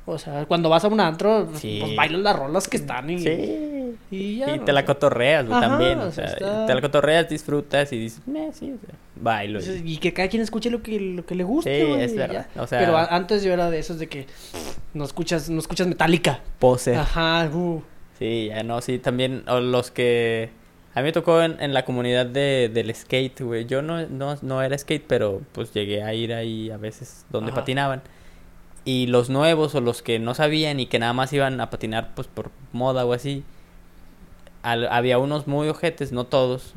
S2: o sea, cuando vas a un antro,
S1: Sí.
S2: pues bailas las rolas que están y,
S1: Sí.
S2: y ya.
S1: Y
S2: ¿no?
S1: te la cotorreas, güey,
S2: Ajá,
S1: también. O
S2: o sea,
S1: sea,
S2: está-
S1: te la cotorreas, disfrutas y dices, "Meh, sí, o sea, bailo. y-
S2: Entonces, Y que cada quien escuche lo que, lo que le
S1: Sí,
S2: guste, güey,
S1: es
S2: y
S1: verdad.
S2: ya.
S1: O sea,
S2: Pero a- antes yo era de esos de que no escuchas, no escuchas metálica.
S1: pose.
S2: Ajá, uh,
S1: Sí, ya no, sí, también o los que... A mí me tocó en, en la comunidad de, del skate, güey. Yo no, no, no era skate, pero pues llegué a ir ahí a veces donde
S2: Ajá.
S1: patinaban. Y los nuevos o los que no sabían y que nada más iban a patinar pues por moda o así. al- había unos muy ojetes, no todos,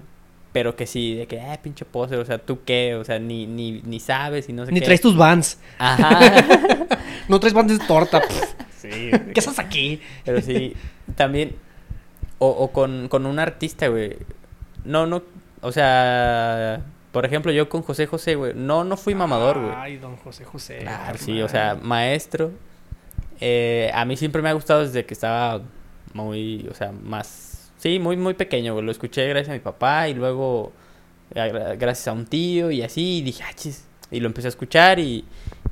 S1: pero que sí, de que, eh, pinche poser, o sea, ¿tú qué? O sea, ni, ni, ni sabes y no sé
S2: ni
S1: qué.
S2: traes tus vans,
S1: Ajá.
S2: no traes vans de torta. pff,
S1: sí,
S2: ¿Qué haces aquí?
S1: Pero sí, también. O, o con, con un artista, güey. No, no. O sea, por ejemplo, yo con José José, güey. No, no fui mamador, güey.
S2: Ay, don José José.
S1: Claro,
S2: carnal.
S1: Eh, sí, o sea, maestro. Eh, a mí siempre me ha gustado desde que estaba muy, o sea, más. Sí, muy, muy pequeño, güey. Lo escuché gracias a mi papá y luego eh, gra- gracias a un tío y así. Y dije, ah, chis. Y lo empecé a escuchar y,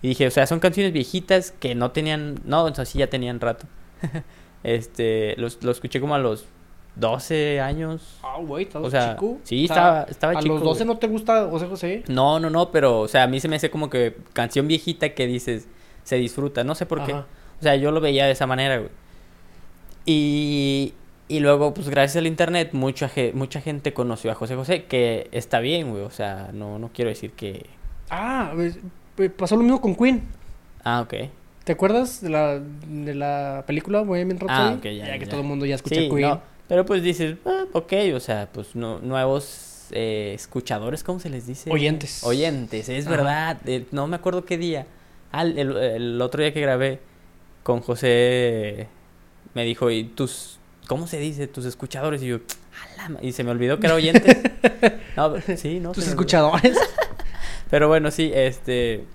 S1: y dije, o sea, son canciones viejitas que no tenían. No, o sea, sí ya tenían rato. este, los- lo escuché como a los 12 años.
S2: Ah, güey, estaba
S1: O sea,
S2: chico.
S1: sí,
S2: O sea,
S1: estaba, estaba
S2: a
S1: chico.
S2: los
S1: güey.
S2: 12 no te gusta José José.
S1: No, no, no, pero, o sea, a mí se me hace como que canción viejita que dices, se disfruta, no sé por qué.
S2: Ajá.
S1: O sea, yo lo veía de esa manera, güey. Y, y luego, pues gracias al internet, mucha, ge- mucha gente conoció a José José, que está bien, güey, o sea, no, no quiero decir que...
S2: Ah, pues, pues, pasó lo mismo con Queen.
S1: Ah, ok.
S2: ¿Te acuerdas de la, de la película Bohemian Rhapsody?
S1: Ah, ok, ya,
S2: que
S1: ya.
S2: todo el mundo ya escucha
S1: Sí,
S2: Queen.
S1: no, pero pues dices, ah, ok, o sea, pues no, nuevos eh, escuchadores, ¿cómo se les dice?
S2: Oyentes.
S1: Oyentes, es
S2: Ajá.
S1: verdad. eh, no me acuerdo qué día. Ah, el, el- el otro día que grabé con José me dijo, ¿y tus, cómo se dice? Tus escuchadores. Y yo, "A la ma-". y se me olvidó que era oyentes. no, sí, no.
S2: Tus
S1: se me olvidó.
S2: escuchadores.
S1: Pero bueno, sí, este.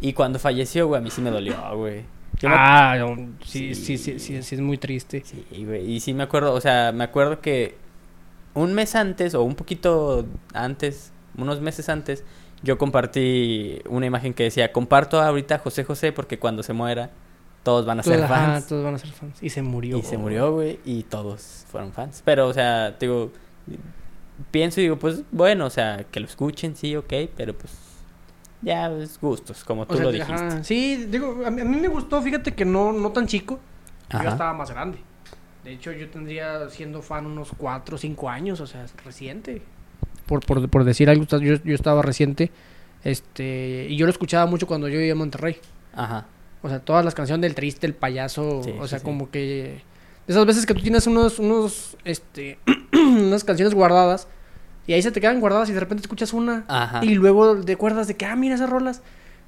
S1: Y cuando falleció, güey, a mí sí me dolió, güey. Yo me-
S2: ah, no, sí,
S1: Sí.
S2: sí, sí, sí, sí, es muy triste.
S1: Sí, güey, Y sí me acuerdo, o sea, me acuerdo que un mes antes o un poquito antes, unos meses antes, yo compartí una imagen que decía, comparto ahorita a José José porque cuando se muera todos van a
S2: Todos,
S1: ser
S2: ajá, oh.
S1: fans.
S2: todos van a ser fans. Y se murió.
S1: y se murió, güey, y todos fueron fans. Pero, o sea, digo, pienso y digo, pues bueno, o sea, que lo escuchen, sí, ok, pero pues ya es gustos, como
S2: O
S1: tú
S2: sea,
S1: lo
S2: ajá,
S1: dijiste.
S2: sí, digo, a mí, a mí me gustó, fíjate que no, no tan chico. Yo
S1: Ajá.
S2: ya estaba más grande. De hecho, yo tendría siendo fan unos 4 o 5 años, o sea, es reciente. Por, por, por decir algo, yo, yo estaba reciente. Este, y yo lo escuchaba mucho cuando yo vivía en Monterrey.
S1: Ajá.
S2: O sea, todas las canciones del triste, el payaso,
S1: Sí,
S2: o
S1: sí,
S2: sea,
S1: sí.
S2: como que de esas veces que tú tienes unos unos este unas canciones guardadas y ahí se te quedan guardadas y de repente escuchas una
S1: Ajá.
S2: y luego te acuerdas de que ah, mira esas rolas.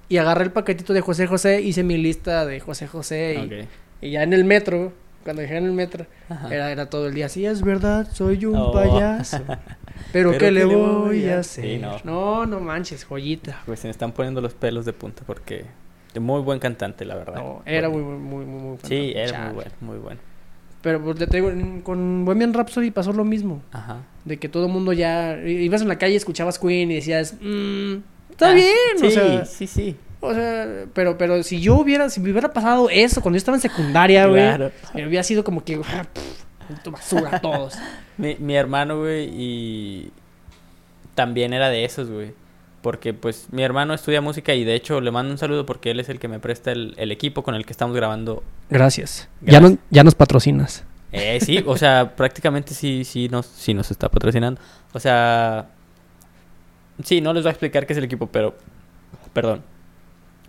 S2: Y agarré el paquetito de José José, hice mi lista de José José y,
S1: Ok.
S2: y ya en el metro, cuando llegué en el metro,
S1: Ajá.
S2: era, era todo el día, sí, es verdad, soy un
S1: Oh.
S2: payaso. Pero, ¿qué le voy a hacer?
S1: Sí,
S2: no.
S1: no.
S2: no, manches, joyita.
S1: Pues se me están poniendo los pelos de punta porque es muy buen cantante, la verdad.
S2: No, era
S1: Bueno.
S2: muy, muy, muy, muy, muy
S1: Sí,
S2: cantante,
S1: era
S2: chale.
S1: muy bueno, muy bueno.
S2: Pero pues, te digo, en- con Bohemian Rhapsody pasó lo mismo.
S1: Ajá.
S2: De que todo el mundo ya. i- Ibas en la calle, escuchabas Queen y decías, "Mm, está
S1: Ah,
S2: bien,
S1: sí,
S2: o sea.
S1: sí, sí.
S2: O sea, pero, pero si yo hubiera, si me hubiera pasado eso cuando yo estaba en secundaria, güey.
S1: Claro.
S2: Me hubiera sido como que. "Ah, pff, tu basura, todos.
S1: Mi, mi hermano, güey, y también era de esos, güey. Porque, pues, mi hermano estudia música y, de hecho, le mando un saludo porque él es el que me presta el, el equipo con el que estamos grabando.
S2: Gracias.
S3: Ya, no- ya nos patrocinas.
S1: Eh, sí, o sea, prácticamente sí, sí nos, sí nos está patrocinando. O sea, sí, no les voy a explicar qué es el equipo, pero, perdón.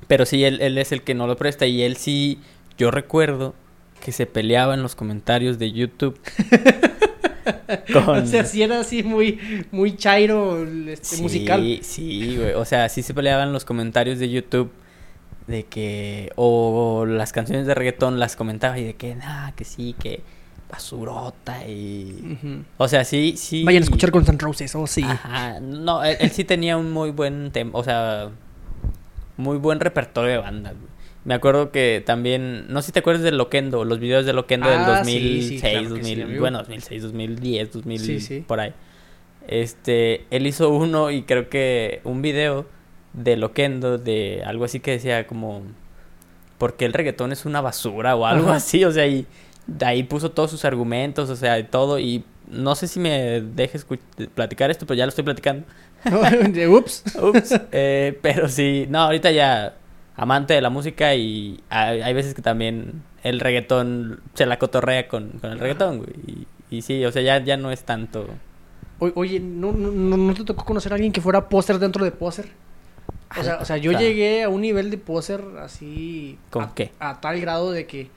S1: Pero sí, él, él es el que no lo presta y él sí, yo recuerdo que se peleaba en los comentarios de YouTube.
S2: O sea, si era así muy, muy chairo este,
S1: Sí,
S2: musical.
S1: Sí, güey. O sea, sí se peleaban los comentarios de YouTube de que. O, las canciones de reggaetón las comentaba y de que, nada, que sí, que basurota y.
S2: Ujú.
S1: O sea, sí, sí.
S2: Vayan a escuchar Guns N' Roses, oh sí.
S1: Ajá. No, él, él sí tenía un muy buen tema. O sea, muy buen repertorio de bandas, güey. Me acuerdo que también, no sé si te acuerdas de Loquendo, los videos de Loquendo del
S2: Ah, sí,
S1: 2006,
S2: sí, claro que sí,
S1: 2000,
S2: amigo.
S1: bueno, 2006, 2010, 2000,
S2: Sí, sí.
S1: por ahí. Este, él hizo uno y creo que un video de Loquendo de algo así que decía como porque el reggaetón es una basura o algo
S2: Ajá.
S1: así, o sea, y de ahí puso todos sus argumentos, o sea, de todo y no sé si me dejes platicar esto, pero ya lo estoy platicando.
S2: Oh, De, Ups.
S1: Ups, eh, pero sí, no, ahorita ya amante de la música y hay, hay veces que también el reggaetón se la cotorrea con, con el reggaetón, güey. Y, y sí, o sea, ya, ya no es tanto.
S2: O- oye, ¿no, no, no- no te tocó conocer a alguien que fuera póster dentro de póster? O sea, o sea, yo
S1: O sea,
S2: llegué a un nivel de póster así.
S1: Ah, ¿Con
S2: a,
S1: qué?
S2: A tal grado de que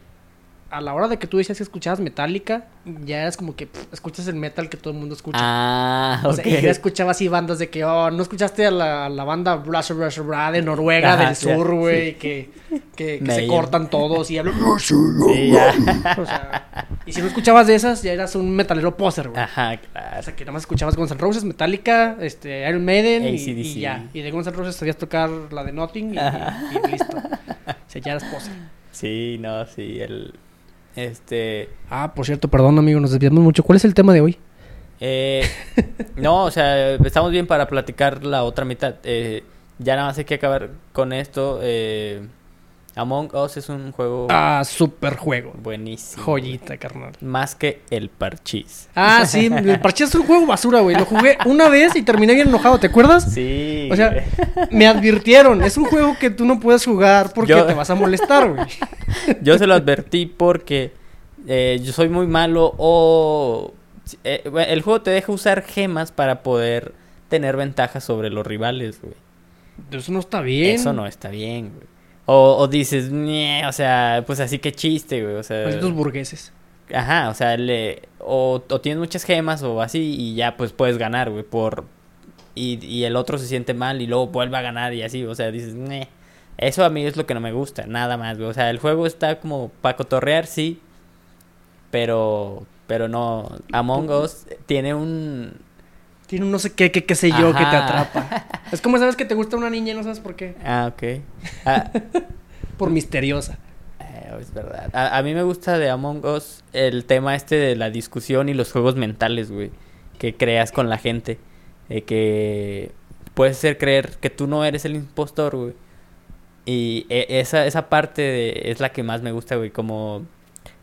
S2: a la hora de que tú decías que escuchabas Metallica, ya eras como que pff, escuchas el metal que todo el mundo escucha.
S1: Ah,
S2: O sea, y ya
S1: ok.
S2: escuchaba así bandas de que, oh, no escuchaste a la, a la banda Brush Brush Bra ah, de Noruega,
S1: Ajá,
S2: del
S1: sí,
S2: sur,
S1: sí.
S2: güey, que, que, que se
S1: Mayer.
S2: cortan todos y hablan.
S1: Sí, ya.
S2: O sea, y si no escuchabas de esas, ya eras un metalero poser, güey.
S1: Ajá,
S2: O
S1: claro.
S2: sea, que nada más escuchabas Guns N' Roses, Metallica, este, Iron Maiden y,
S1: AC/DC.
S2: y ya. Y de Guns N' Roses sabías tocar la de Nothing y,
S1: Ajá.
S2: y- y listo. O sea, ya eras poser.
S1: Sí, no, sí, el. Este.
S2: Ah, por cierto, perdón, amigo, nos desviamos mucho. ¿Cuál es el tema de hoy?
S1: Eh, no, o sea, estamos bien para platicar la otra mitad. Eh, ya nada más hay que acabar con esto. eh, Among Us es un juego
S2: Ah, super juego.
S1: buenísimo.
S2: Joyita, carnal.
S1: Más que el parchís.
S2: Ah, sí, el parche es un juego basura, güey. Lo jugué una vez y terminé bien enojado, ¿te acuerdas?
S1: Sí.
S2: O sea, me advirtieron, es un juego que tú no puedes jugar porque
S1: Yo-
S2: te vas a molestar, güey.
S1: yo se lo advertí porque eh, yo soy muy malo o... eh, bueno, el juego te deja usar gemas para poder tener ventajas sobre los rivales, güey.
S2: Eso no está bien.
S1: Eso no está bien, güey. O, o dices, "Nie", o sea, pues así que chiste, güey. O sea,
S2: Malditos burgueses.
S1: Ajá, o sea, le, o, o tienes muchas gemas o así y ya pues puedes ganar, güey, por... Y, y el otro se siente mal y luego vuelve a ganar y así, o sea, dices, "Neh". Eso a mí es lo que no me gusta, nada más, güey. O sea, el juego está como para cotorrear, sí, pero, pero no. Among Us tiene un...
S2: Tiene un no sé qué, qué, qué sé yo, que te
S1: Ajá.
S2: atrapa. Es como sabes que te gusta una niña y no sabes por qué.
S1: Ah, ok. Ah,
S2: Por misteriosa.
S1: eh, es verdad. A, a mí me gusta de Among Us el tema este de la discusión y los juegos mentales, güey, que creas con la gente. eh, que puedes hacer creer que tú no eres el impostor, güey. Y e- esa, esa parte de- es la que más me gusta, güey. Como,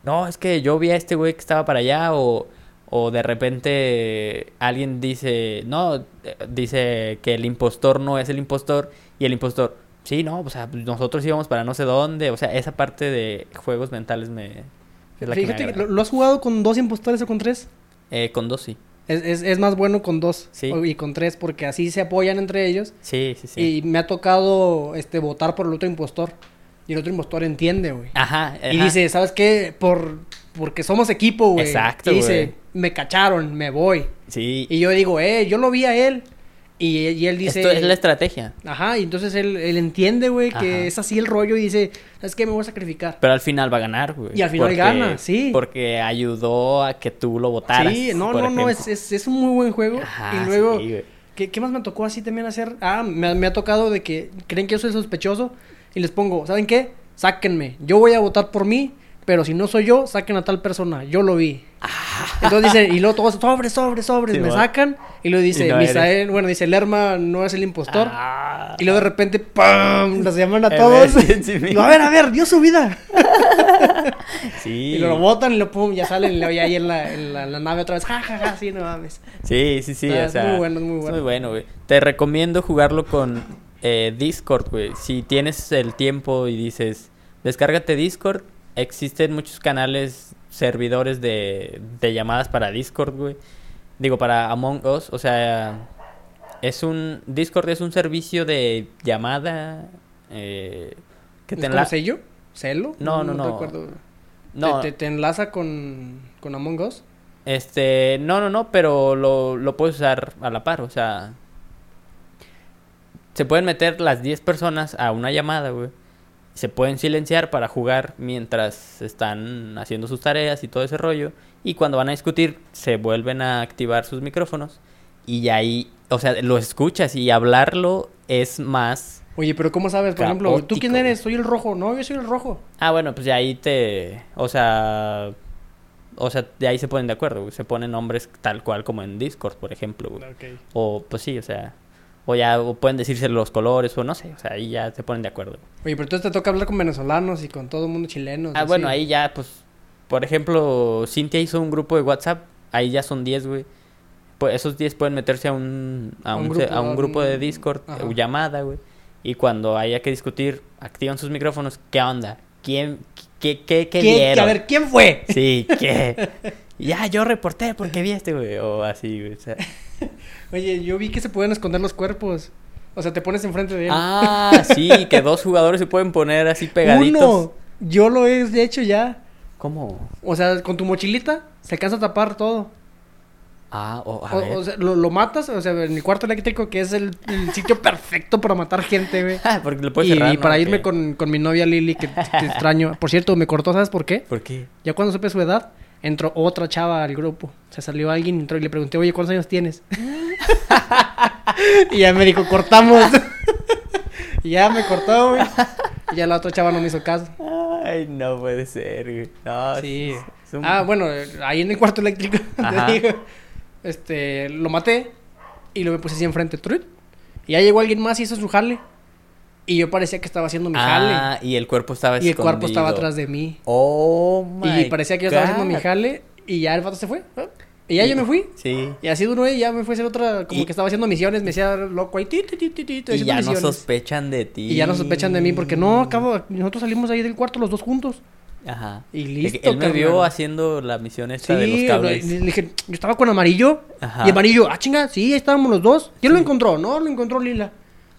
S1: no, es que yo vi a este güey que estaba para allá o, o de repente alguien dice, no, eh, dice que el impostor no es el impostor y el impostor, sí, no, o sea, nosotros íbamos para no sé dónde. O sea, esa parte de juegos mentales me... Es la que me
S2: Fíjate,
S1: agrada.
S2: ¿lo, lo has jugado con dos impostores o con tres?
S1: Eh, con dos, sí.
S2: Es, es- es más bueno con dos
S1: Sí.
S2: o- y con tres porque así se apoyan entre ellos.
S1: Sí, sí, sí.
S2: Y me ha tocado este, votar por el otro impostor. Y el otro impostor entiende, güey.
S1: Ajá,
S2: Y
S1: ajá.
S2: dice, ¿sabes qué? Por, porque somos equipo, güey.
S1: Exacto,
S2: Y dice,
S1: güey.
S2: me cacharon, me voy.
S1: Sí,
S2: Y yo digo, eh, yo lo vi a él. Y, y él dice...
S1: Esto es la estrategia.
S2: Ajá, y entonces él, él entiende, güey,
S1: Ajá.
S2: que es así el rollo y dice, ¿sabes qué? Me voy a sacrificar.
S1: Pero al final va a ganar, güey.
S2: Y al final gana, sí.
S1: Porque ayudó a que tú lo votaras.
S2: Sí, no,
S1: por
S2: no,
S1: ejemplo.
S2: no, es, es, es un muy buen juego.
S1: Ajá,
S2: y luego,
S1: sí, güey.
S2: ¿qué, qué más me tocó así también hacer? Ah, me, me ha tocado de que creen que yo soy sospechoso y les pongo, ¿saben qué? Sáquenme, yo voy a votar por mí, pero si no soy yo, saquen a tal persona, yo lo vi. Entonces dice, y luego todos, sobres, sobres, sobres,
S1: Sí,
S2: me
S1: bueno.
S2: sacan. Y luego dice,
S1: Y no eres.
S2: Misael, bueno, dice, Lerma no es el impostor.
S1: Ah.
S2: Y luego de repente, ¡pam! Los llaman a
S1: Eh,
S2: todos.
S1: ves, sí, sí.
S2: Y, a ver, a ver, dio su vida.
S1: Sí.
S2: Y lo botan y lo pum, ya salen. Y luego ya ahí en la, en la- en la nave otra vez, ja, ja, ja, sí, no mames.
S1: Sí, sí, sí.
S2: Ah,
S1: o
S2: es
S1: sea,
S2: muy bueno, es muy bueno.
S1: güey. Te recomiendo jugarlo con eh, Discord, güey. Si tienes el tiempo y dices, descárgate Discord, existen muchos canales, servidores de, de llamadas para Discord, güey. Digo, para Among Us, o sea, es un. Discord es un servicio de llamada. eh, que
S2: ¿Es
S1: te
S2: como
S1: enla-
S2: sello? ¿Celo?
S1: No, no, no.
S2: recuerdo.
S1: No,
S2: ¿Te, te, te enlaza con, con Among Us?
S1: Este, no, no, no, pero lo, lo puedes usar a la par, o sea. Se pueden meter las 10 personas a una llamada, güey. Se pueden silenciar para jugar mientras están haciendo sus tareas y todo ese rollo. Y cuando van a discutir, se vuelven a activar sus micrófonos. Y ahí, o sea, lo escuchas y hablarlo es más.
S2: Oye, pero ¿cómo sabes? Por ejemplo, ¿tú
S1: Caótico,
S2: quién
S1: güey.
S2: eres? Soy el rojo. No, yo soy el rojo.
S1: Ah, bueno, pues de ahí te. O sea. O sea, de ahí se ponen de acuerdo, güey. Se ponen nombres tal cual como en Discord, por ejemplo, güey.
S2: Ok.
S1: O pues sí, o sea, o ya o pueden decirse los colores o no sé, o sea, ahí ya se ponen de acuerdo.
S2: Oye, pero entonces te toca hablar con venezolanos y con todo el mundo chileno.
S1: Ah, bueno, ahí ya pues por ejemplo, Cintia hizo un grupo de WhatsApp, ahí ya son 10, güey. Pues esos 10 pueden meterse a un a un, se- a un grupo de Discord,
S2: ajá.
S1: o llamada, güey. Y cuando haya que discutir, activan sus micrófonos, ¿qué onda? ¿Quién qué qué qué,
S2: ¿Quién,
S1: vieron?
S2: a ver, ¿quién fue?
S1: Sí, ¿qué? ya yo reporté porque vi a este, güey, o así, güey. o sea.
S2: Oye, yo vi que se pueden esconder los cuerpos. O sea, te pones enfrente de él.
S1: Ah, sí, que dos jugadores se pueden poner así pegaditos.
S2: Uno. Yo lo he hecho ya.
S1: ¿Cómo?
S2: O sea, con tu mochilita se alcanza a tapar todo.
S1: Ah, o, a
S2: O,
S1: ver.
S2: o sea, lo, lo matas, o sea, en el cuarto eléctrico que es el, el sitio perfecto para matar gente, güey.
S1: Ah, porque lo puedes
S2: y,
S1: cerrar.
S2: y
S1: ¿no?
S2: para
S1: Ok.
S2: irme con, con mi novia Lili, que te extraño. Por cierto, me cortó, ¿sabes por qué?
S1: ¿Por qué?
S2: Ya cuando supe su edad, entró otra chava al grupo. Se salió alguien, entró y le pregunté, oye, ¿cuántos años tienes? y ya me dijo, cortamos. y ya me cortó, güey. Y ya la otra chava no me hizo caso.
S1: Ay, no puede ser, güey. No,
S2: Sí.
S1: es un-
S2: Ah, bueno, eh, ahí en el cuarto eléctrico, te
S1: Ajá.
S2: digo, este, lo maté y lo me puse así enfrente, truit. Y ya llegó alguien más y hizo su jale. Y yo parecía que estaba haciendo mi jale.
S1: Ah, y el cuerpo estaba
S2: Y el cuerpo estaba
S1: escondido.
S2: atrás de mí.
S1: Oh, my
S2: Y parecía que yo estaba
S1: God.
S2: haciendo mi jale y ya el vato se fue.
S1: Ah.
S2: ¿eh? Y ya yo me fui.
S1: Sí.
S2: Y así duró y ya me fui a hacer otra, como
S1: Y-
S2: que estaba haciendo misiones, me hacía loco ahí, ti, ti, ti, ti, ti,
S1: Y
S2: haciendo
S1: ya no Mm.
S2: misiones.
S1: sospechan de ti.
S2: y ya no sospechan de mí porque no, acabo, nosotros salimos ahí del cuarto los dos juntos.
S1: Ajá.
S2: Y
S1: De que
S2: listo,
S1: Él me vio
S2: carnal.
S1: haciendo la misión
S2: Sí,
S1: esta de los
S2: le,
S1: cables.
S2: le dije, yo estaba con amarillo
S1: Ajá.
S2: y amarillo, ah chinga, sí, ahí estábamos los dos. ¿Quién lo encontró? No, lo encontró Lila.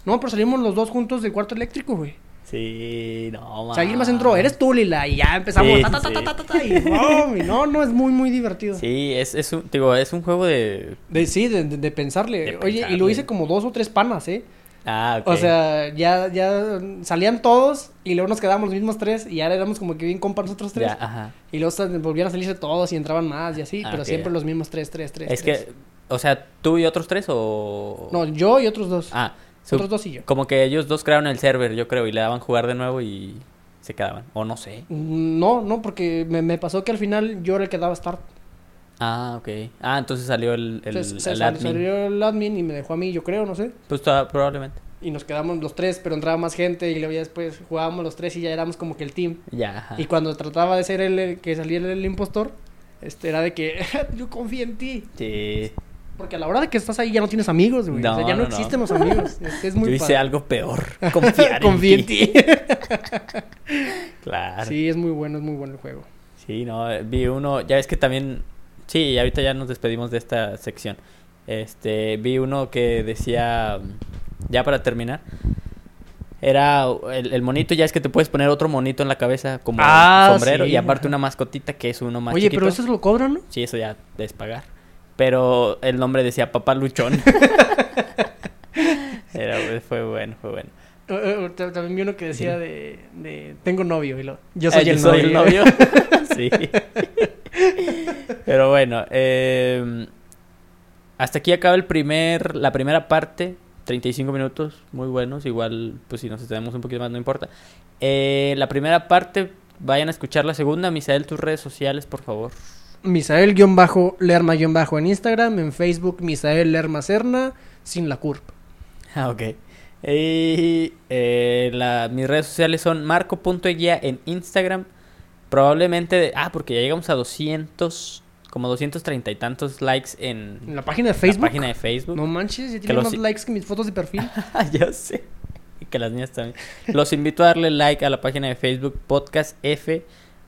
S2: No, pero salimos los dos juntos del cuarto eléctrico, güey.
S1: Sí, no, man.
S2: O sea, alguien más entró, eres tú, Lila, y ya empezamos.
S1: Sí,
S2: ta, ta,
S1: sí,
S2: ta,
S1: sí.
S2: ta, ta, ta, y, no, mi- no, no, es muy, muy divertido.
S1: Sí, es, es un, digo, es un juego de...
S2: De, sí, de, de- de pensarle.
S1: De
S2: Oye, y lo
S1: pensarle.
S2: hice como dos o tres panas, ¿eh?
S1: Ah, ok.
S2: O sea, ya, ya mm, salían todos y luego nos quedábamos los mismos tres y ahora éramos como que bien compas nosotros tres.
S1: Ya, ajá.
S2: Y luego sal- volvían a salirse todos y entraban más y así,
S1: Ah,
S2: pero
S1: ok,
S2: siempre
S1: ya.
S2: los mismos tres, tres, tres.
S1: es
S2: tres.
S1: que, o sea, ¿tú y otros tres o...?
S2: No, yo y otros dos.
S1: Ah, su-
S2: otros dos y yo.
S1: Como que ellos dos crearon el server, yo creo, y le daban jugar de nuevo y se quedaban. O no sé.
S2: Mm, No, no, porque me, me pasó que al final yo era el que daba start.
S1: Ah, ok. Ah, entonces salió el, el,
S2: Entonces, se-
S1: el
S2: sal-
S1: admin.
S2: salió el admin y me dejó a mí, yo creo, no sé.
S1: Pues toda- probablemente.
S2: Y nos quedamos los tres, pero entraba más gente y luego ya después jugábamos los tres y ya éramos como que el team.
S1: Ya, ajá.
S2: Y cuando trataba de ser el, el que saliera el impostor, este era de que yo confío en ti.
S1: Sí.
S2: Porque a la hora de que estás ahí ya no tienes amigos, güey. o sea,
S1: No,
S2: ya no,
S1: no, no.
S2: existen los amigos. Es, es muy
S1: yo hice
S2: padre.
S1: algo peor. Confiar
S2: Confía
S1: en
S2: en
S1: ti.
S2: ti.
S1: Claro. Sí.
S2: sí, es muy bueno, es muy bueno el juego.
S1: no, eh, vi uno... Ya ves que también... Sí, y ahorita ya nos despedimos de esta sección. Este, vi uno que decía... mm, Ya para terminar... Era el, el monito, ya es que te puedes poner otro monito en la cabeza como
S2: Ah,
S1: sombrero
S2: sí,
S1: y aparte
S2: ajá.
S1: una mascotita que es uno más
S2: Oye,
S1: chiquito.
S2: pero eso lo cobran, ¿no?
S1: Sí, eso ya es pagar. Pero el nombre decía Papá Luchón. fue bueno.
S2: Eh, eh, ta- También vi uno que decía de, de, Tengo novio. Y lo,
S1: Eh,
S2: yo soy, el, novio.
S1: sí. Pero bueno, eh, hasta aquí acaba el primer, la primera parte. 35 minutos, muy buenos. Igual, pues si nos extendemos un poquito más, no importa. Eh, la primera parte, vayan a escuchar la segunda. Misael, tus redes sociales, por favor.
S2: Misael-Lerma-en Instagram. En Facebook, Misael Lerma Serna. Sin la curp.
S1: Ah, ok. Y eh, la- mis redes sociales son marco.eguía en Instagram. Probablemente, de- ah, porque ya llegamos a 200, como 230 y tantos likes en
S2: En la página de
S1: la
S2: Facebook.
S1: página de Facebook.
S2: No manches, ya
S1: Que
S2: tiene
S1: lo
S2: más
S1: si-
S2: likes que mis fotos de perfil.
S1: ya sé. Y que las niñas también. Los invito a darle like a la página de Facebook Podcast F,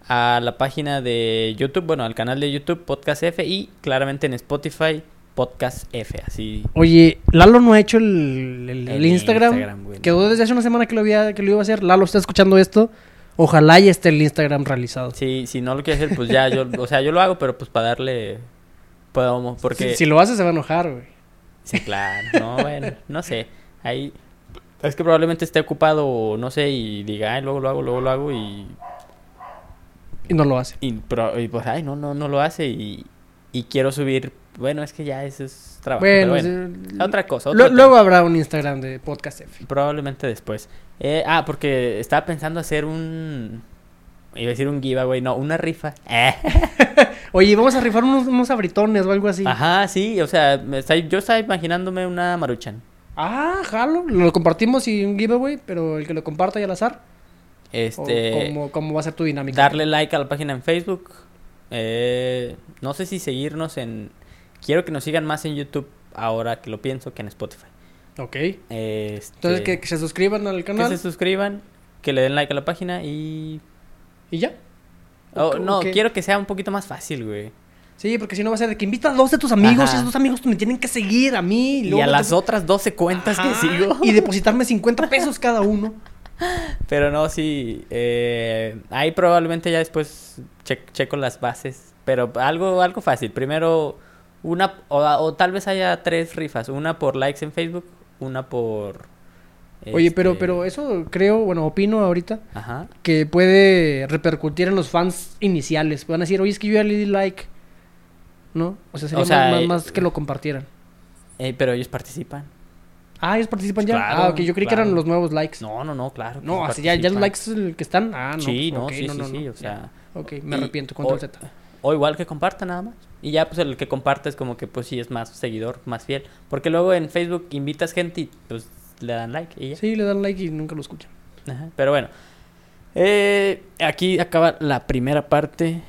S1: a la página de YouTube, bueno, al canal de YouTube Podcast F y claramente en Spotify Podcast F, así.
S2: Oye, Lalo no ha hecho el, el- el
S1: El
S2: Instagram.
S1: Instagram, güey.
S2: Quedó desde hace una semana que lo, había, que lo iba a hacer. Lalo está escuchando esto. Ojalá ya esté el Instagram realizado.
S1: Si, si no lo quieres hacer, pues ya, yo, o sea, yo lo hago, pero pues para darle, podemos, porque...
S2: Si, si lo hace, se va a enojar, güey.
S1: Sí, claro. No, bueno, no sé. Ahí es que probablemente esté ocupado, o no sé, y diga, ay, luego lo hago, luego lo hago, y,
S2: Y no lo hace.
S1: y, pro- y pues, ay, no, no, no lo hace, y, y quiero subir. Bueno, es que ya eso es trabajo. Ah, pero
S2: bueno,
S1: bueno,
S2: eh,
S1: otra cosa.
S2: lo-
S1: otro
S2: luego habrá un Instagram de Podcast F.
S1: tema. Probablemente después. Eh, ah, porque estaba pensando hacer un. Iba a decir un giveaway, no, una rifa. Eh.
S2: Oye, vamos a rifar unos, unos abritones o algo así.
S1: Ajá, sí, o sea, me está- yo estaba imaginándome una maruchan.
S2: Ah, jalo. Lo compartimos y un giveaway, pero el que lo comparta y al azar. o
S1: Este.
S2: cómo, cómo va a ser tu dinámica?
S1: darle like a la página en Facebook. Eh, no sé si seguirnos en... Quiero que nos sigan más en YouTube ahora que lo pienso que en Spotify.
S2: Ok.
S1: Eh, este,
S2: Entonces, que, que se suscriban al
S1: que
S2: canal
S1: se suscriban, que le den like a la página y...
S2: y ya.
S1: Oh,
S2: Ok,
S1: no,
S2: ok.
S1: quiero que sea un poquito más fácil, güey.
S2: Sí, porque si no va a ser de que invita a dos de tus amigos
S1: Ajá.
S2: y esos dos amigos me tienen que seguir a mí.
S1: Y
S2: luego
S1: a
S2: me
S1: las
S2: tengo-
S1: otras 12 cuentas que
S2: Ajá,
S1: sigo.
S2: Y depositarme 50 pesos cada uno.
S1: Pero no, sí. eh, ahí probablemente ya después che- checo las bases. Pero algo, algo fácil. Primero, una. O, o tal vez haya tres rifas: una por likes en Facebook, una por.
S2: Oye, pero,
S1: este,
S2: pero eso creo, bueno, opino ahorita,
S1: Ajá.
S2: que puede repercutir en los fans iniciales. Van a decir, oye, es que yo ya le di like. ¿No? O sea, sería
S1: O sea,
S2: más, más-
S1: eh,
S2: más que lo compartieran.
S1: Eh, pero ellos participan.
S2: Ah, ellos participan ya.
S1: claro,
S2: ah, ok, yo creí que eran
S1: claro.
S2: los nuevos likes. No,
S1: No, no, no, claro. que
S2: no
S1: sí
S2: así ya, ya los
S1: participan.
S2: likes el que están. Ah, no.
S1: sí, no,
S2: ok,
S1: sí, sí, sí, o sea.
S2: Ok, me
S1: y-
S2: arrepiento.
S1: o-
S2: Control Z.
S1: O igual que comparta nada más. Y ya pues el que comparte es como que pues sí es más seguidor, más fiel. Porque luego en Facebook invitas gente y pues le dan like y ya.
S2: Sí, le dan like y nunca lo escuchan.
S1: Ajá, Pero bueno, Eh, aquí acaba la primera parte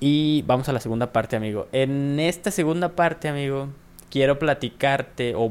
S1: y vamos a la segunda parte, amigo. En esta segunda parte, amigo, quiero platicarte o